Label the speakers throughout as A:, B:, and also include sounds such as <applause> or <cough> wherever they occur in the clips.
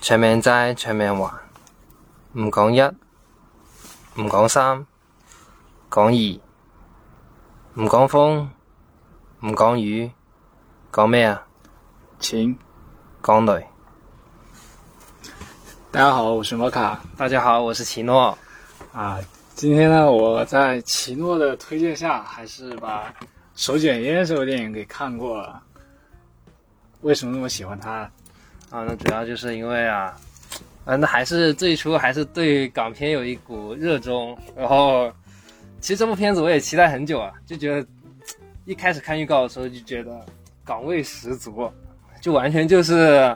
A: 長命債長命還，唔講一，唔講三，講二，唔講風，唔講雨，講咩啊？
B: 晴，
A: 講雷。
B: 大家好，我是摩卡
A: 大家好，我是奇诺。
B: 啊。今天呢，我在奇诺的推荐下，还是把《手卷烟》这部电影给看过了。为什么那么喜欢它？
A: 啊，那主要就是因为啊，嗯，那还是最初还是对港片有一股热衷，然后其实这部片子我也期待很久啊，就觉得一开始看预告的时候就觉得港味十足，就完全就是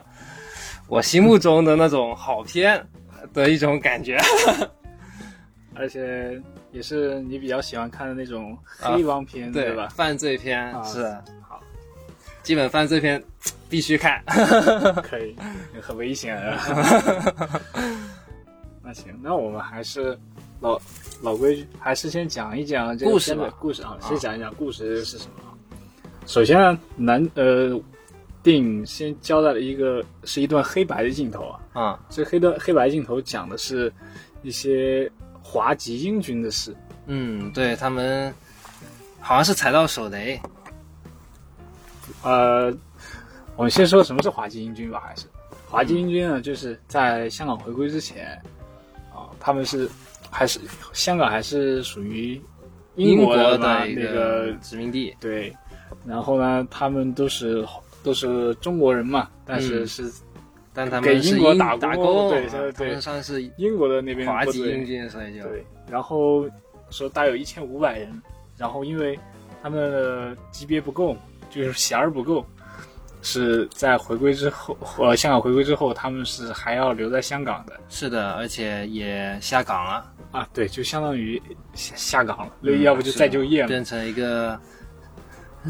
A: 我心目中的那种好片的一种感觉。
B: 嗯
A: <laughs>
B: 而且也是你比较喜欢看的那种黑帮片，对吧？
A: 犯罪片、
B: 啊
A: 是
B: 好，
A: 基本犯罪片必须看。 <laughs>
B: 可以，很危险啊。那行，那我们还是老老规矩，还是先讲一讲这个
A: 故事
B: 片的
A: 吧
B: 故事啊，
A: 啊
B: 先讲一讲故事是什么。首先呢，男呃，电影先交代了一个是一段黑白的镜头啊，
A: 嗯
B: 这黑段黑白镜头讲的是一些华籍英军的事，
A: 嗯，对他们好像是踩到手雷，
B: 呃，我们先说什么是华籍英军吧，还是华籍英军呢？就是在香港回归之前，啊、他们是还是香港还是属于英
A: 国
B: 的嘛
A: 的一
B: 那个
A: 殖民地。
B: 对，然后呢，他们都是都是中国人嘛，但是
A: 嗯
B: 是
A: 但他
B: 给
A: 们
B: 英
A: 是
B: 国
A: 英
B: 打
A: 打
B: 工
A: 工，
B: 对
A: 啊
B: 对对
A: 他们算是
B: 英国的那边
A: 华
B: 部
A: 籍
B: 队
A: 英军，所以就
B: 对，然后说大约有一千五百人，然后因为他们的级别不够，就是衔儿不够，是在回归之后，呃，香港回归之后，他们是还要留在香港的
A: 是的，而且也下岗了，
B: 啊，对，就相当于下下岗了，
A: 嗯
B: 要不就是再就业嘛，
A: 变成一个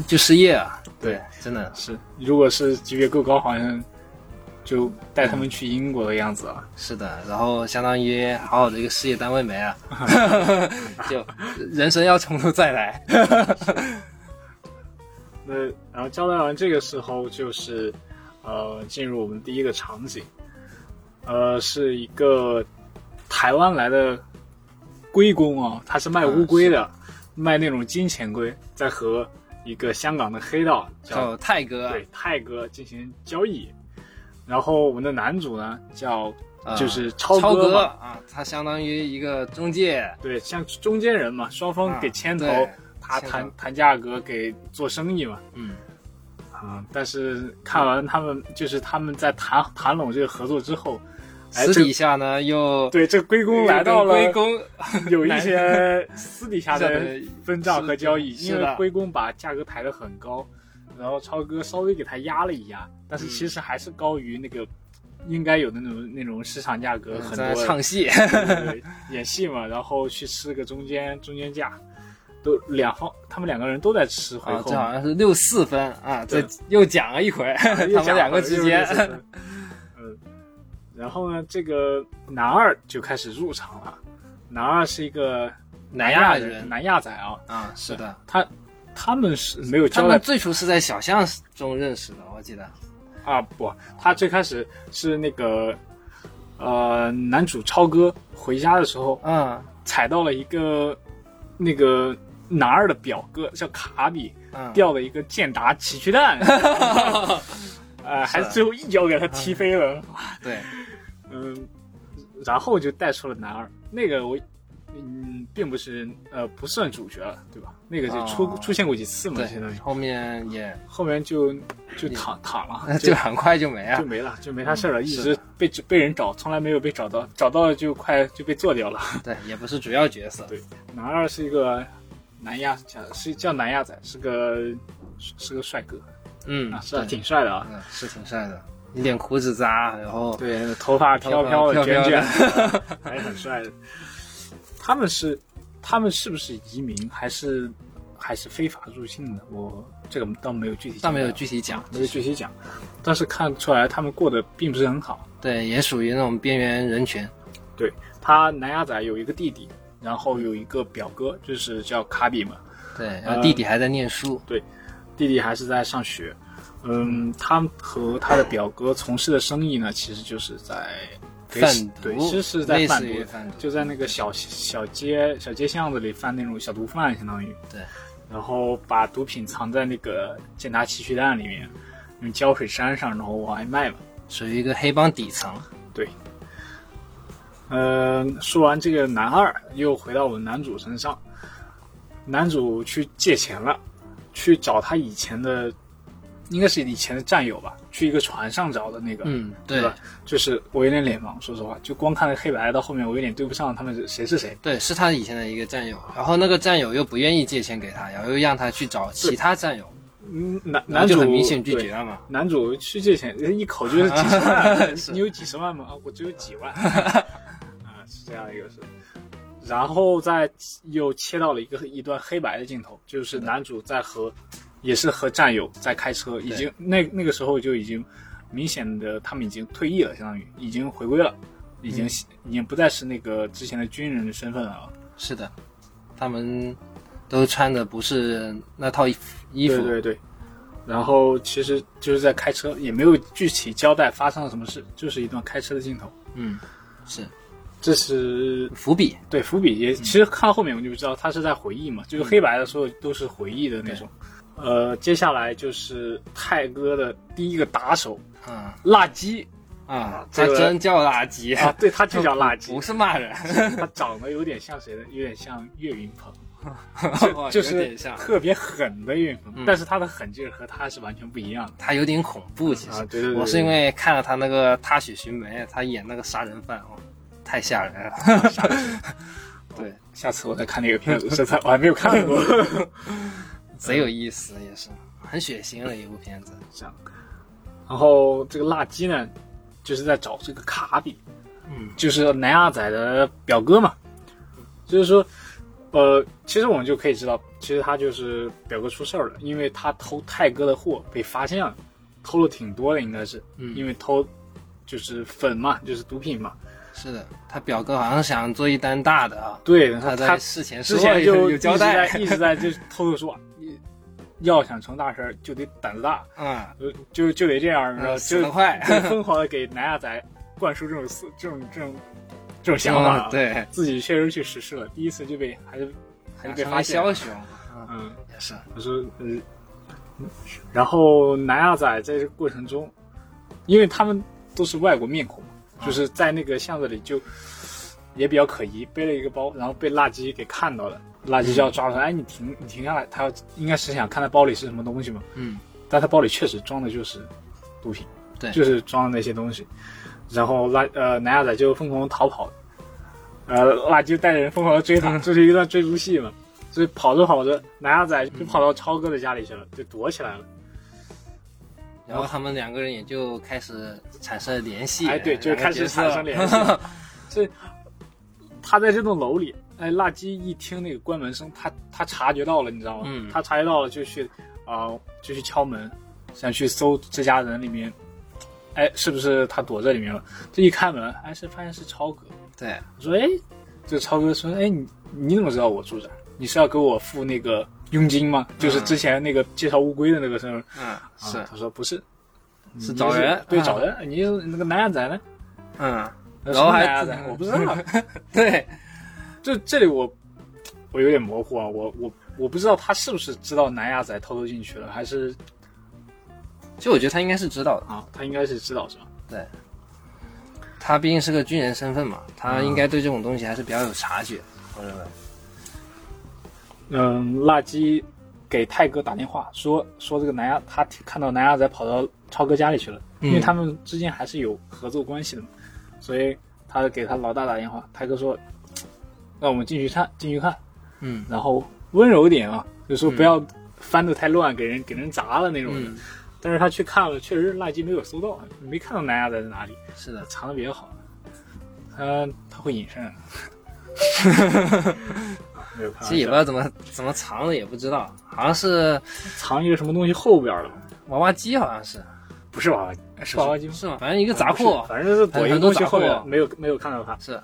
A: 就失业啊。
B: 对，
A: 真的
B: 是，如果是级别够高，好像就带他们去英国的样子啊，
A: 是的。然后相当于好好的一个事业单位没了，
B: <laughs>
A: 就人生要从头再来。
B: 那然后交代完这个时候，就是呃，进入我们第一个场景，呃，是一个台湾来的龟公啊，他是卖乌龟的，卖那种金钱龟，在和一个香港的黑道叫
A: 叫泰啊哥，
B: 对泰哥进行交易。然后我们的男主呢叫
A: 呃
B: 就是超
A: 超
B: 哥嘛
A: 啊，他相当于一个中介，
B: 对像中间人嘛，双方
A: 啊
B: 给牵头，
A: 对
B: 他
A: 牵
B: 谈
A: 头
B: 谈价格给做生意嘛。
A: 嗯，
B: 啊，但是看完他们就是他们在谈谈拢这个合作之后，哎，
A: 私
B: 这
A: 底下呢又
B: 对这龟公来到了
A: 归公
B: 有一
A: 男
B: 些私底下的呃分账和交易，
A: 是
B: 因
A: 是
B: 为
A: 的
B: 龟公把价格抬得很高，然后超哥稍微给他压了一压，但
A: 嗯
B: 是其实还是高于那个应该有的那种那种市场价格很
A: 嗯在那
B: 多的。
A: 唱戏，啊
B: 对演戏嘛，然后去吃个中间中间价，都两方他们两个人都在吃回
A: 啊，
B: 扣
A: 这好像是六四分啊，这
B: 对
A: 又讲了一回，
B: <laughs>
A: 他
B: 又
A: 们两个之间，
B: 讲
A: <laughs>
B: 了嗯，然后呢，这个男二就开始入场了。男二是一个
A: 南
B: 亚
A: 亚
B: 人，
A: 人
B: 南亚仔啊，
A: 啊，是的，
B: 他他们是没有
A: 他
B: 交
A: 们
B: 代
A: 最初是在小巷中认识的，我记得，
B: 啊，不，他最开始是那个呃，男主超哥回家的时候
A: 嗯
B: 踩到了一个那个男二的表哥叫卡比
A: 嗯，
B: 掉了一个健达奇
A: <laughs>
B: 趣蛋，呃，还
A: 是
B: 最后一脚给他踢飞了，
A: 对，
B: 嗯，然后就带出了男二，那个我，嗯，并不是呃不算主角了，对吧？那个就出、
A: 啊
B: 出现过几次嘛，相当于
A: 对，后面也
B: 后面就就躺躺了， <laughs>
A: <laughs>
B: 就
A: 就很快就没
B: 就
A: 了，
B: 没了，就没啥事儿了，
A: 嗯
B: 一
A: 是
B: 直被被人找，从来没有被找到，找到了就快就被做掉了。
A: 对，也不是主要角色，
B: 男二是一个南亚，叫是叫南亚仔，是个是是个帅哥
A: 嗯
B: 啊，，是啊
A: 对，
B: 挺帅的啊，
A: 嗯，是挺帅的，一脸胡子渣，然后
B: 对，头发飘飘的，
A: 头发飘
B: 卷
A: 飘
B: 卷
A: 的 <laughs>
B: 的， <laughs> 还很帅的。他们是，他们是不是移民，还是还是非法入境的？我这个倒没有具体，
A: 但没有具体讲，
B: 没有具体讲，但是看出来他们过得并不是很好。
A: 对，也属于那种边缘人群，
B: 他南亚仔有一个弟弟，然后有一个表哥，就是叫卡比嘛，呃
A: 对，然后弟弟还在念书，
B: 弟弟还是在上学，嗯，他和他的表哥从事的生意呢，其实就是在给
A: 贩
B: 对，
A: 毒
B: 其实是在
A: 类
B: 贩
A: 似
B: 毒
A: 于
B: 的，
A: 贩毒，
B: 就在那个小小街小街巷子里贩那种小毒贩，相当于
A: 对，
B: 然后把毒品藏在那个健达奇趣蛋里面，用胶水粘上，然后往外卖嘛。
A: 属于一个黑帮底层。
B: 呃，说完这个男二，又回到我们男主身上。男主去借钱了，去找他以前的，应该是以前的战友吧，去一个船上找的那个。
A: 嗯，
B: 对
A: 对
B: 吧就是我有点脸盲，说实话，就光看那黑白到后面，我有点对不上他们是谁是谁。
A: 对，是他以前的一个战友，然后那个战友又不愿意借钱给他，然后又让他去找其他战友，
B: 嗯，男
A: 然后
B: 男
A: 就
B: 主
A: 很明显拒
B: 对
A: 绝了嘛。
B: 男主去借钱，人一口 <laughs> 就是几十万，你有几十万吗？啊，我只有几 <laughs> 万，啊，是这样一个事。然后再又切到了一个一段黑白的镜头，就是男主在和，也是和战友在开车，已经那那个时候就已经明显的他们已经退役了，相当于已经回归了，已经、已经不再是那个之前的军人的身份了。
A: 是的，他们都穿的不是那套衣服衣服，
B: 对对对。然后其实就是在开车，也没有具体交代发生了什么事，就是一段开车的镜头。
A: 嗯，是
B: 这是
A: 伏笔。
B: 对伏笔
A: 嗯
B: 也，其实看到后面我们就知道他是在回忆嘛，就是黑白的所有都是回忆的那种。呃，接下来就是泰哥的第一个打手
A: 嗯
B: 辣
A: <laughs>
B: 鸡
A: 啊，
B: 这
A: 他
B: 个
A: 真叫垃圾，
B: 啊，对他就叫辣鸡
A: 不，是骂人，
B: 他长得有点像
A: <laughs>
B: 谁呢？有点像岳云鹏，
A: 哇哦
B: <laughs> 就
A: 有
B: 是
A: 点像，
B: 特别狠的岳云鹏，
A: 嗯
B: 但是他的狠劲儿和他是完全不一样的
A: 他有点恐怖其实。
B: 啊。对对对，
A: 我是因为看了他那个《踏雪寻梅》，他演那个杀人犯，哦，太吓人了。 <laughs> 对，
B: 下次我再看那个片子，实在我还没有看过。
A: 贼有意思，也是很血腥的一部片子。
B: 这样。然后这个辣鸡呢，就是在找这个卡比，
A: 嗯，
B: 就是南亚仔的表哥嘛。就是说，呃，其实我们就可以知道，其实他就是表哥出事儿了，因为他偷泰哥的货被发现了，偷了挺多的，应该是，
A: 嗯
B: 因为偷就是粉嘛，就是毒品嘛。
A: 是的，他表哥好像想做一单大的啊。
B: 对，然
A: 他
B: 后
A: 在
B: 他
A: 事前
B: 之
A: 事
B: 前
A: 前
B: 就
A: 有交
B: 一直
A: 代
B: 在一直在就是偷偷说，啊你要想成大事儿就得胆子大，
A: 啊，
B: 呃就就得这样，然
A: 嗯
B: 后就
A: 死得快，
B: <laughs> 就疯狂的给南亚仔灌输这种思这种这种这种想法、啊
A: 嗯，对，
B: 自己确实去实施了，第一次就被还是还是被发现
A: 成为
B: 了。
A: 枭雄，嗯，
B: 嗯，
A: 也是，
B: 我说嗯，然后南亚仔在这个过程中，因为他们都是外国面孔嘛，就是在那个巷子里就也比较可疑，背了一个包，然后被垃圾给看到了，垃圾就要抓住他，哎，你停，你停下来，他应该是想看他包里是什么东西嘛，
A: 嗯，
B: 但他包里确实装的就是毒品，
A: 对
B: 就是装的那些东西。然后拉呃南亚仔就疯狂逃跑，呃垃圾带着人疯狂地追
A: 啊
B: 他，这是一段追逐戏嘛。所以跑着跑着，南亚仔就跑到超哥的家里去了，就躲起来了。
A: 然后他们两个人也就开始产生了联系，
B: 哎，对，就
A: 两个
B: 开始
A: 角色
B: 产生联系。所以他在这栋楼里，哎，辣鸡一听那个关门声，他他察觉到了，你知道吗？
A: 嗯
B: 他察觉到了，就去啊、就去敲门，想去搜这家人里面，哎，是不是他躲这里面了？这一开门，哎，是发现是超哥。
A: 对，
B: 我说，哎，这超哥说，哎，你你怎么知道我住这儿？你是要给我付那个佣金吗？就是之前那个介绍乌龟的那个事儿。
A: 嗯，
B: 啊
A: 是
B: 他说不是，
A: 是
B: 你
A: 找
B: 就
A: 人，
B: 对，
A: 嗯
B: 找，人。你那个南亚仔呢？
A: 嗯，
B: 然
A: 然后还嗯
B: 男仔，我不知道。
A: <laughs> 对，
B: <laughs> 这这里我我有点模糊啊，我我我不知道他是不是知道南亚仔偷偷进去了，还是
A: 就我觉得他应该是知道的，
B: 啊，他应该是知道是吧？
A: 他毕竟是个军人身份嘛，他应该对这种东西还是比较有察觉，我认为，
B: 嗯，辣鸡给泰哥打电话说说这个南亚，他看到南亚仔跑到超哥家里去了，
A: 嗯
B: 因为他们之间还是有合作关系的嘛，所以他给他老大打电话，泰哥说让我们进去看进去看，
A: 嗯
B: 然后温柔点啊，就说
A: 嗯
B: 不要翻的太乱，给人给人砸了那种的。
A: 嗯，
B: 但是他去看了，确实辣鸡没有搜到，没看到南亚仔在哪里。
A: 是的，
B: 藏的比较好，他他会隐身。 <laughs> 没有看
A: 其实也不知道怎么怎么藏的，也不知道，好像是
B: 藏一个什么东西后边了，
A: 娃娃机，好像是
B: 不是娃娃机，是娃娃机吗？
A: 是吗？反正一个杂货，
B: 反正是躲一个东西后
A: 很多杂
B: 边，
A: 货
B: 没有没有看到他，
A: 是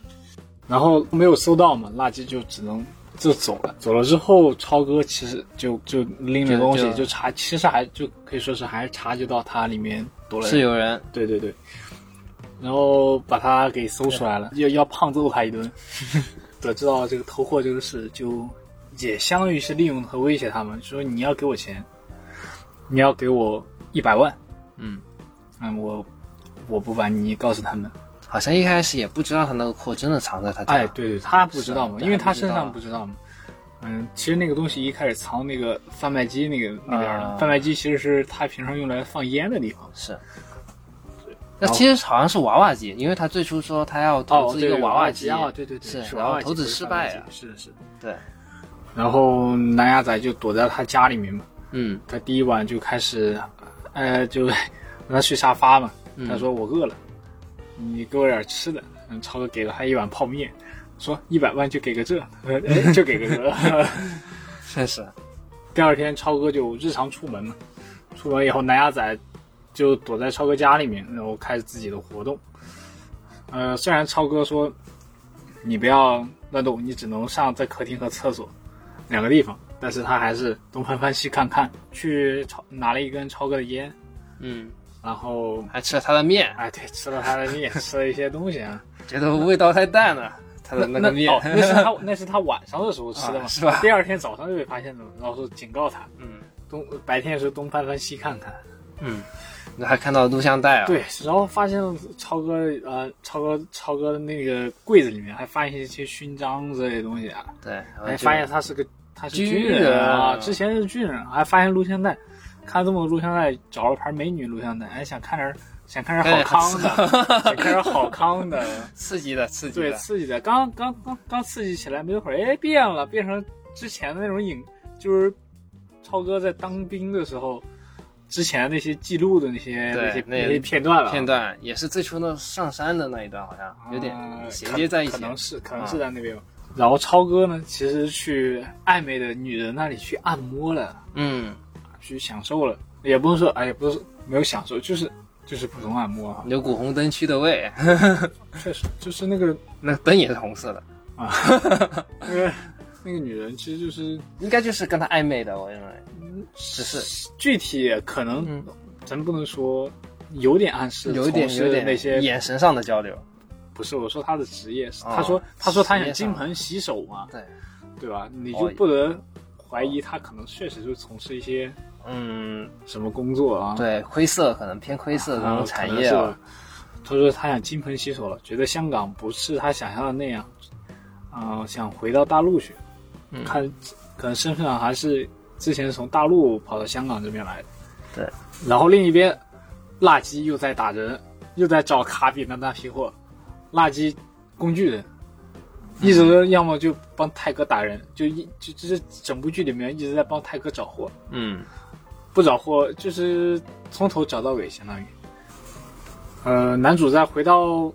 B: 然后没有搜到嘛，垃圾就只能就走了。走了之后，超哥其实就就拎着东西
A: 就
B: 就察，其实还就可以说是还察觉到他里面多了
A: 是有人
B: 对对对，然后把他给搜出来了，要要胖揍他一顿。 <laughs> 得知到这个偷货这个事，就也相当于是利用和威胁他们，说你要给我钱，你要给我一百万，
A: 嗯，
B: 嗯，我我不把你告诉他们。
A: 好像一开始也不知道他那个货真的藏在他家。
B: 哎，对对，他不知道嘛，
A: 是啊
B: 因为
A: 对
B: 他
A: 不知
B: 身
A: 道
B: 上不知道嘛。嗯，其实那个东西一开始藏那个贩卖机那个那边儿了，
A: 啊
B: 贩卖机其实是他平常用来放烟的地方。
A: 是。那其实好像是娃娃机，因为他最初说他要投资一个
B: 娃
A: 哦娃
B: 机
A: 机，
B: 啊，哦对对对，
A: 是
B: 娃娃
A: 然后投资
B: 机嗯
A: 失败啊，
B: 不是贩卖机是是。
A: 对，
B: 然后南亚仔就躲在他家里面嘛， <laughs>
A: 嗯，
B: 他第一晚就开始，呃，就 <laughs> 让他睡沙发嘛。
A: 嗯
B: 他说我饿了，你给我点吃的。嗯，超哥给了他一碗泡面，说一百万就给个这，他说哎，就给个这。 <laughs>
A: 确实，
B: 第二天超哥就日常出门嘛，出门以后南亚仔就躲在超哥家里面，然后开始自己的活动。呃，虽然超哥说你不要乱动，你只能上在客厅和厕所两个地方，但是他还是东翻翻西看看，去超拿了一根超哥的烟，
A: 嗯，
B: 然后
A: 还吃了他的面，
B: 哎对，吃了他的面，吃了一些东
A: <laughs>
B: 西啊。
A: 觉得味道太淡了，他的
B: 那
A: 个面
B: 哦，那是他那是他晚上的时候吃的嘛，
A: 啊是吧
B: 第二天早上就被发现了，然后说警告他，
A: 嗯
B: 东白天是东翻翻西看看。
A: 嗯，那 <laughs> 还看到录像带啊，，
B: 对，然后发现超哥呃，超哥超哥的那个柜子里面还发现一些勋章之类的东西啊，
A: 对，然后
B: 还
A: 就
B: 发现他是个他是
A: 军
B: 军
A: 人
B: 啊，
A: 啊
B: 之前是军人，还发现录像带，看这么多录像带，找了盘美女录像带，哎，想看点儿想看
A: 哎
B: 点儿好康
A: <laughs>
B: 的，想看点儿好康的，
A: 刺激的刺激
B: 对，
A: 的，
B: 刺激的，刚刚刚刚刺激起来，没一会儿，哎，变了，变成之前的那种影，就是超哥在当兵的时候。之前那些记录的那些
A: 对
B: 那些
A: 那
B: 些片段了啊，
A: 片段也是最初那上山的那一段，好像有点
B: 啊
A: 衔接在一起
B: 可
A: 啊
B: 可，能是可能是在那边吧。然后超哥呢，其实去暧昧的女人那里去按摩了，
A: 嗯，
B: 去享受了，也不是说哎，也不是说没有享受，就是就是普通按摩啊，
A: 有股红灯区的味，
B: 确实就是那个
A: 那灯也是红色的，
B: 那个那个女人，其实就是
A: 应该就是跟他暧昧的，我认为，只是
B: 具体可能、
A: 嗯
B: 咱不能说有点暗示，
A: 有一点
B: 从事
A: 有一点
B: 那些
A: 眼神上的交流，
B: 不是我说他的职业，
A: 哦
B: 他说他说他
A: 职
B: 想
A: 业上
B: 金盆洗手嘛，
A: 对，
B: 对吧？你就
A: 哦
B: 不能怀疑他可能确实就从事一些
A: 嗯，
B: 什么工作啊，
A: 对，灰色可能偏灰色的那种产业
B: 啊可能
A: 啊
B: 是。他说他想金盆洗手了，觉得香港不是他想象的那样，啊、想回到大陆去，
A: 嗯
B: 看可能身份上还是之前从大陆跑到香港这边来的。
A: 对，
B: 然后另一边，辣鸡又在打人，又在找卡比那大批货，辣鸡工具人。
A: 嗯
B: 一直要么就帮泰哥打人，就一就就是整部剧里面一直在帮泰哥找货，
A: 嗯，
B: 不找货，就是从头找到尾，相当于。呃，男主在回到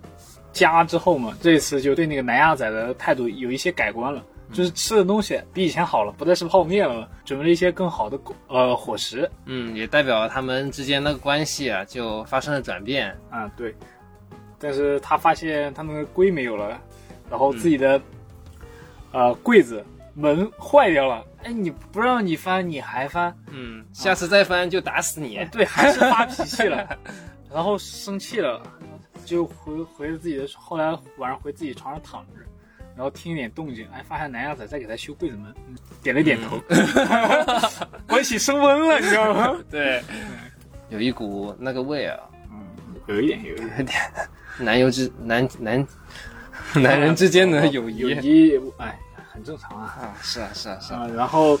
B: 家之后嘛，这一次就对那个南亚仔的态度有一些改观了，就是吃的东西比以前好了，不再是泡面了，准备了一些更好的呃伙食
A: 嗯，也代表他们之间的关系啊，就发生了转变。
B: 啊，对。但是他发现他们的龟没有了，然后自己的、呃柜子门坏掉了，哎，你不让你翻，你还翻，
A: 嗯，下次再翻就打死 <laughs> 你。
B: 对，还是发脾气了， <laughs> 然后生气了，就回回自己的，后来晚上回自己床上躺着，然后听一点动静，哎，发现南亚仔在给他修柜子门，嗯点了点头， <laughs> 关系升温了，你知道吗？
A: 对，有一股那个味啊，
B: 有一点，有一点。
A: 男友之男男男人之间的友
B: 友
A: 谊
B: 谊，哎，很正常啊。
A: <laughs> 啊，是啊是啊是啊，
B: 啊，然后，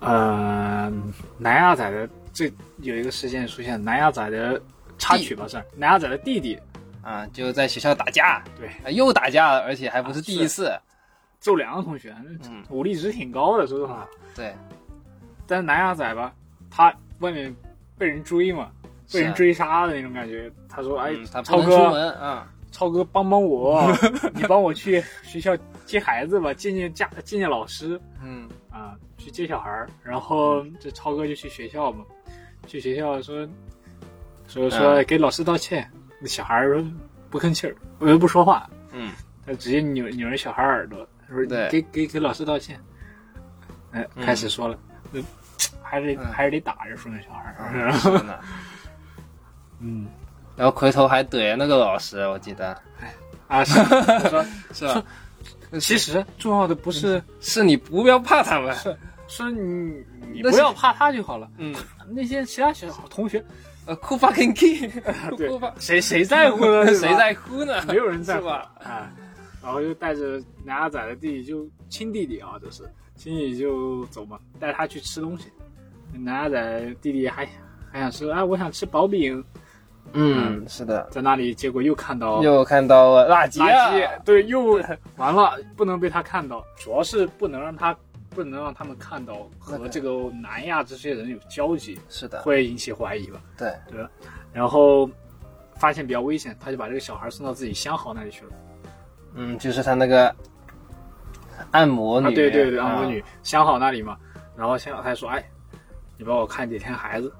B: 呃，南亚仔的这有一个事件出现，南亚仔的插曲吧，算南亚仔的弟弟，
A: 啊，就在学校打架，
B: 对，
A: 啊又打架了，而且还不啊是第一次。
B: 揍两个同学，
A: 嗯啊
B: 武力值挺高的，说实话。
A: 对，
B: 但是南亚仔吧，他外面被人追嘛，
A: 是啊
B: 被人追杀的那种感觉。他说：“哎
A: 嗯，他不
B: 超
A: 能出
B: 哥，
A: 门啊，
B: 超哥帮帮我，
A: <laughs>
B: 你帮我去学校接孩子吧，见见家，见见老师
A: 嗯
B: 啊，去接小孩儿。”然后这超哥就去学校嘛，去学校说说说
A: 嗯
B: 给老师道歉，呃那小孩儿不吭气儿，我又不说话，
A: 嗯
B: 他直接扭扭人小孩耳朵，说
A: 对
B: 给给给老师道歉。哎，
A: 嗯
B: 开始说了，嗯还是得、
A: 嗯
B: 还是得打着说那小孩儿，然
A: 嗯
B: 后
A: 是的
B: 嗯
A: <laughs> 然后回头还怼那个老师，我记得
B: <laughs>
A: <laughs>
B: 啊是，啊我说
A: 是吧？
B: 其实重要的不是
A: 是你不要怕他们，
B: 啊说你你
A: 那
B: 不
A: 是
B: 要怕他就好了，
A: 嗯，
B: 那些其他小同学
A: 呃，哭 fucking king，
B: <laughs> 对
A: 哭 fuck，
B: 谁谁在乎 <laughs> 呢？对吧
A: 谁在哭呢？
B: 没有人在
A: 是
B: 乎
A: 吧？
B: 啊。然后就带着南阿仔的弟弟，就亲弟弟啊，就是亲弟弟就走嘛，带他去吃东西。南阿仔弟弟还还想说啊，我想吃薄饼，
A: 嗯，是的，
B: 在那里结果又看到
A: 又看到了辣鸡
B: 垃圾
A: 啊，，
B: 对，又完了，不能被他看到，主要是不能让他不能让他们看到和这个南亚这些人有
A: <laughs>
B: 交集，
A: 是的，
B: 会引起怀疑吧。
A: 对，
B: 然后发现比较危险，他就把这个小孩送到自己相好那里去了。
A: 嗯，就是他那个按摩
B: 啊，
A: 女，
B: 对对对，按摩女，相好那里嘛。然后相好他说：“哎，你帮我看几天孩子。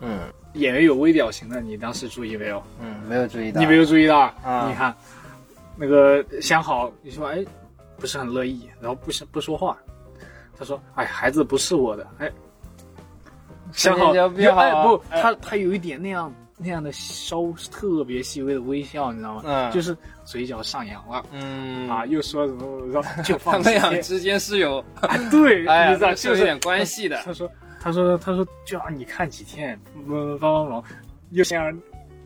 A: 嗯”
B: 演员有微表情的，你当时注意没有？
A: 嗯，没有注意到，
B: 你没有注意到啊？
A: 啊
B: 你看那个相好，你说哎，不是很乐意，然后不是不说话。他说：“哎，孩子不是我的。”哎，相
A: 神
B: 好，
A: 经病
B: 就哎
A: 啊
B: 不，
A: 哎
B: 他他有一点那样那样的稍特别细微的微笑，你知道吗？
A: 嗯
B: 就是嘴角上扬了。
A: 嗯
B: 啊，，又说什
A: <laughs>
B: 么？然后就
A: 他
B: 放
A: 们
B: 心
A: 俩之间是有，
B: 啊，对，
A: 哎
B: 你知道，
A: 呀，是
B: 就
A: 有
B: 是
A: 点关系的，
B: 他说，他说，他说，就让你看几天，嗯帮帮忙，又这样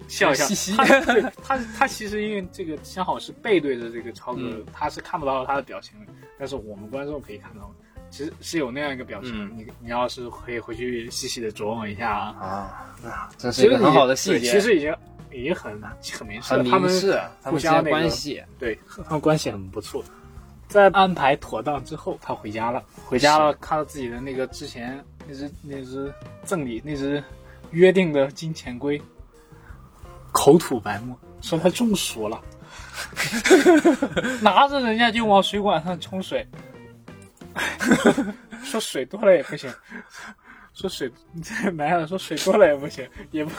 B: 笑一笑。
A: 嘻嘻
B: 他 <laughs> 对他他其实因为这个相好是背对着这个超哥，
A: 嗯
B: 他是看不到他的表情的，但是我们观众可以看到，其实是有那样一个表情。
A: 嗯
B: 你你要是可以回去细细的琢磨一下 <laughs> 啊，
A: 啊，那真是
B: 其
A: 一
B: 实
A: 个
B: 已
A: 很好的细
B: 对
A: 节，
B: 其实已经已经很很明示
A: 很
B: 了，他
A: 明
B: 们
A: 示他们之间的
B: 互相那个
A: 关系，
B: 对，他们关系很不错。在安排妥当之后，他回家了。回家了，看到自己的那个之前那只那只赠礼那只约定的金钱龟，口吐白沫，说他中暑 <laughs> 了，拿着人家就往水管上冲水， <laughs> 说水多了也不行，说水 <laughs> 男的说水多了也不行，也不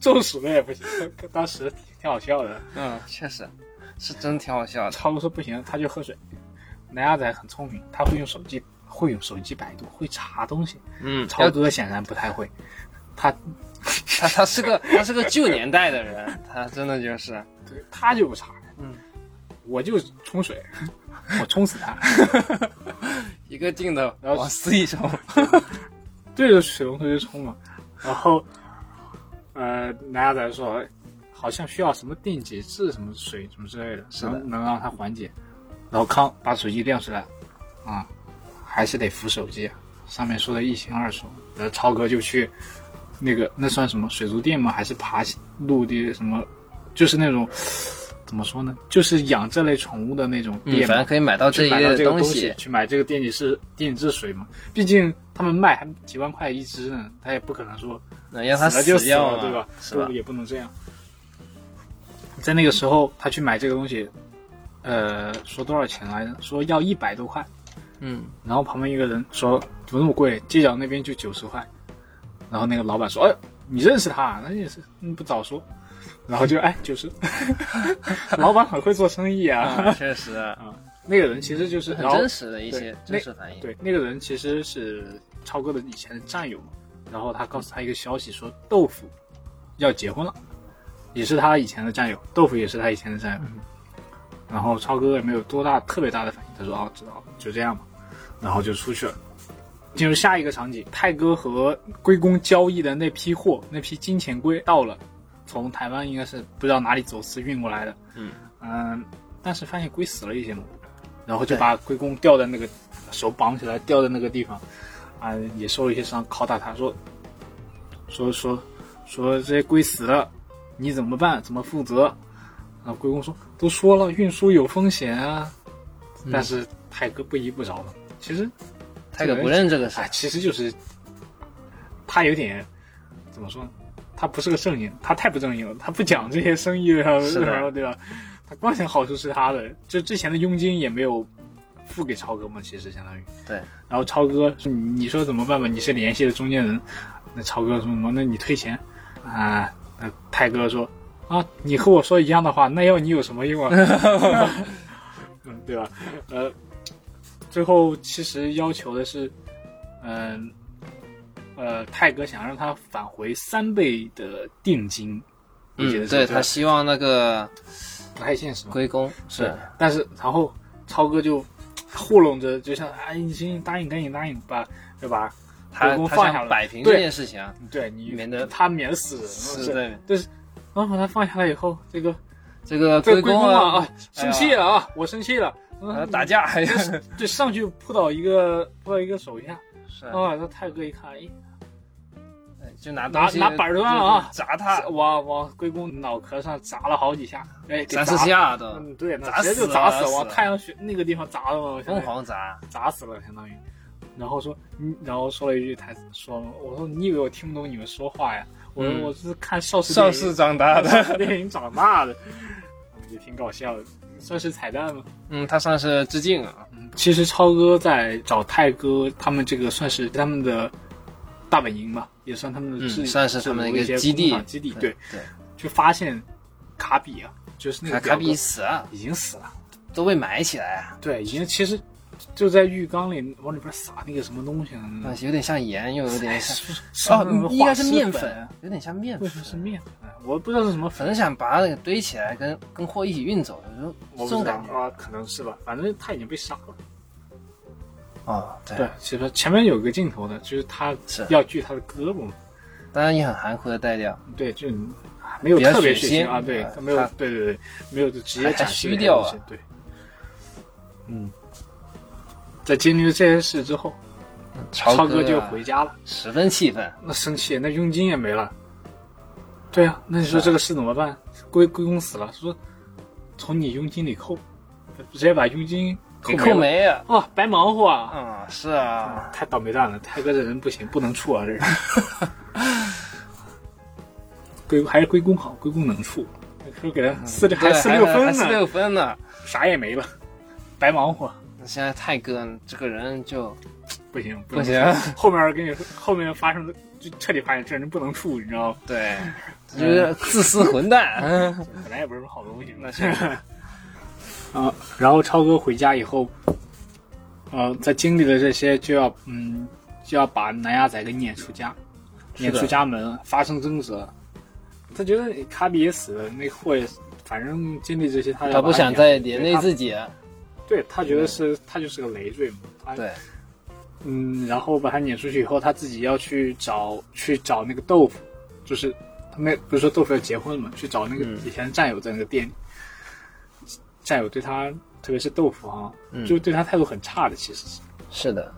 B: 中暑了也不行，当时挺好笑的。
A: 嗯，确实是真挺好笑的，
B: 超哥说不行，他就喝水。南亚仔很聪明，他会用手机，会用手机百度，会查东西。
A: 嗯，
B: 超哥显然不太会，他
A: 他他是个他是个旧年代的人，他真的就是，
B: 对他就不查。
A: 嗯，
B: 我就冲水， <laughs> 我冲死他，
A: 一个劲的
B: 然后
A: 往死里冲，
B: <laughs> 对着水龙头就冲嘛。然后，呃，南亚仔说，好像需要什么电解质、什么水、什么之类的，
A: 是的
B: 能能让他缓解。老康把手机亮出来，啊，还是得扶手机啊，上面说的一清二楚。然后超哥就去那个那算什么水族店吗？还是爬陆地什么？就是那种怎么说呢？就是养这类宠物的那种
A: 嗯，
B: 店
A: 反
B: 嘛。
A: 正可以买到这
B: 去
A: 一
B: 买
A: 类
B: 到
A: 的
B: 这个东
A: 西，
B: 去买这个电解质电解质水嘛。毕竟他们卖还几万块一支呢，他也不可能说
A: 能让他
B: 死了就死
A: 掉
B: 了，
A: 嘛，
B: 对吧？
A: 是吧
B: 不？也不能这样。在那个时候，他去买这个东西，呃，说多少钱来着？说要一百多块。
A: 嗯，
B: 然后旁边一个人说：“怎么那么贵？街角那边就九十块。”然后那个老板说：“哎，你认识他啊？那也是，你不早说。”然后就哎九十， <laughs> 老板很会做生意
A: 啊， <laughs>
B: 啊。
A: 确实
B: <laughs> 那个人其实就是
A: 很
B: 然后
A: 真实的一些
B: 对
A: 真实反应，
B: 对，那个人其实是超哥的以前的战友嘛，然后他告诉他一个消息，说豆腐要结婚了，也是他以前的战友，豆腐也是他以前的战友。然后超哥也没有多大特别大的反应，他说：“哦，知道了，就这样吧。”然后就出去了。进入下一个场景，泰哥和龟公交易的那批货，那批金钱龟到了，从台湾应该是不知道哪里走私运过来的。
A: 嗯
B: 嗯但是发现龟死了一些嘛，然后就把龟公吊在那个手绑起来吊在那个地方，啊、也受了一些伤，拷打他说，说说说这些龟死了，你怎么办？怎么负责？啊，龟公说都说了运输有风险啊，
A: 嗯
B: 但是泰哥不依不饶嘛，其实
A: 他可不认这个事
B: 哎，，其实就是他有点怎么说呢？他不是个正经，他太不正经了，他不讲这些生意的，
A: 是的
B: <laughs> 然后对吧？他光想好处是他的，这之前的佣金也没有付给超哥嘛，其实相当于
A: 对。
B: 然后超哥说，你你说怎么办吧？你是联系的中间人。那超哥说什么？那你退钱啊？那泰哥说啊，你 <laughs> 和我说一样的话，那要你有什么用啊？嗯，对吧？呃，最后其实要求的是，嗯、呃，泰哥想让他返回三倍的定金，我记得
A: 嗯，
B: 是
A: 对
B: 这
A: 他
B: 样
A: 希望那个
B: 不太现实嘛。
A: 归功是
B: 对，但是然后超哥就糊弄着，就像哎，你行，答应，赶紧答应吧，对吧？
A: 他
B: 归功
A: 他
B: 放下
A: 想
B: 了
A: 摆平
B: 对
A: 这件事情啊，
B: 对你
A: 免得
B: 他免死人
A: 是
B: 了，
A: 对
B: 是。然后把他放下来以后，这个
A: 这个
B: 这个
A: 归
B: 归
A: 功
B: 功
A: 啊
B: 啊，，生气了啊，我生气了，
A: 呃
B: 嗯
A: 打架还是
B: 对，上去扑倒一个扑倒一个手一下，
A: 是 <laughs>
B: 啊，那泰哥一看，哎，
A: 就拿
B: 拿
A: 东西
B: 拿板砖啊
A: 就砸他
B: 往往龟公脑壳上砸了好几下，哎，给
A: 三四
B: 砸了，
A: 下都
B: 嗯，对，那
A: 砸
B: 直接就
A: 死
B: 砸
A: 了
B: 了，往
A: 死了
B: 太阳穴那个地方砸了嘛，相
A: 疯
B: 当于
A: 狂砸，
B: 砸死了，相当于。然后说，嗯，然后说了一句台词，说，我说你以为我听不懂你们说话呀？我说
A: 嗯
B: 我是看邵氏
A: 上市长大的，
B: 的电影长大的， <laughs> 也挺搞笑的，算是彩蛋吗？
A: <laughs> 嗯，他算是致敬啊，
B: 其实超哥在找泰哥，他们这个算是他们的大本营吧，也算他们的
A: 嗯
B: 制、
A: 算是他们的
B: 制
A: 一
B: 服
A: 个
B: 一些
A: 基地
B: 工厂基地。对，
A: 对，
B: 就发现卡比啊，就是那
A: 卡
B: 个
A: 卡
B: 表
A: 比
B: 哥
A: 死啊，
B: 已经死了，
A: 都被埋起来啊，
B: 对，已经其实就在浴缸里往里边撒那个什么东西啊，哎
A: 啊有点像盐，又有点像
B: 是
A: 哦
B: 是那种，
A: 应该
B: 化
A: 是
B: 石
A: 面
B: 粉啊
A: 粉，，啊有点像面
B: 为
A: 粉
B: 什，么是面粉？哎我不知道是什么
A: 反
B: 粉，
A: 正想把它给堆起来，跟跟货一起运走，有时候
B: 我
A: 这种
B: 不知道
A: 感觉
B: 啊，可能是吧，反正他已经被杀了。
A: 哦，对
B: 对，，其实前面有一个镜头呢，就是他
A: 是
B: 要锯他的胳膊嘛，
A: 当然也很含糊的带掉，
B: 对，就没有
A: 比较
B: 特别
A: 血
B: 血
A: 腥
B: 腥啊，对
A: 啊，
B: 他没有
A: 他，
B: 对对对，没有就直接
A: 还
B: 展示
A: 虚
B: 那个
A: 掉
B: 东
A: 啊
B: 西对，嗯，在经历了这些事之后，嗯超
A: 哥
B: 哥
A: 啊
B: 就回家了，
A: 十分气愤，
B: 那生气，那佣金也没了，对啊，那你说这个事怎么办？归归公死了，说从你佣金里扣，直接把佣金
A: 给
B: 扣
A: 扣
B: 没
A: 没
B: 了，
A: 啊，
B: 哇，白忙活啊！
A: 嗯，是啊，
B: 太倒霉蛋了，泰哥这人不行，不能处啊，这人。 <laughs> 归还是归功好，归功能处，说给他
A: 嗯
B: 四六还四六分
A: 四
B: 呢，
A: 六分呢。
B: 啥也没了，白忙活，
A: 那现在泰哥这个人就
B: 不行
A: 不行，，
B: 后面跟你说，后面发生的就彻底发现这人不能处，你知道吗？
A: <laughs> 对，嗯就是自私混 <laughs> 蛋。
B: 本来也不是什么好东西，
A: 那是
B: <laughs> 啊，然后超哥回家以后，呃，在经历了这些，就要嗯，就要把南亚仔给撵出家，
A: 是的
B: 撵出家门，发生争执。他觉得卡比也死了，那货也死，反正经历这些，他要
A: 他
B: 把
A: 不想
B: 撵
A: 再连累
B: 对他
A: 自己，
B: 对他觉得是他就是个累赘嘛。他
A: 对，
B: 嗯，然后把他撵出去以后，他自己要去找去找那个豆腐，就是他们不是说豆腐要结婚嘛，去找那个
A: 嗯
B: 以前战友在那个店里，战友对他，特别是豆腐啊，
A: 嗯
B: 就对他态度很差的，其实是
A: 是的。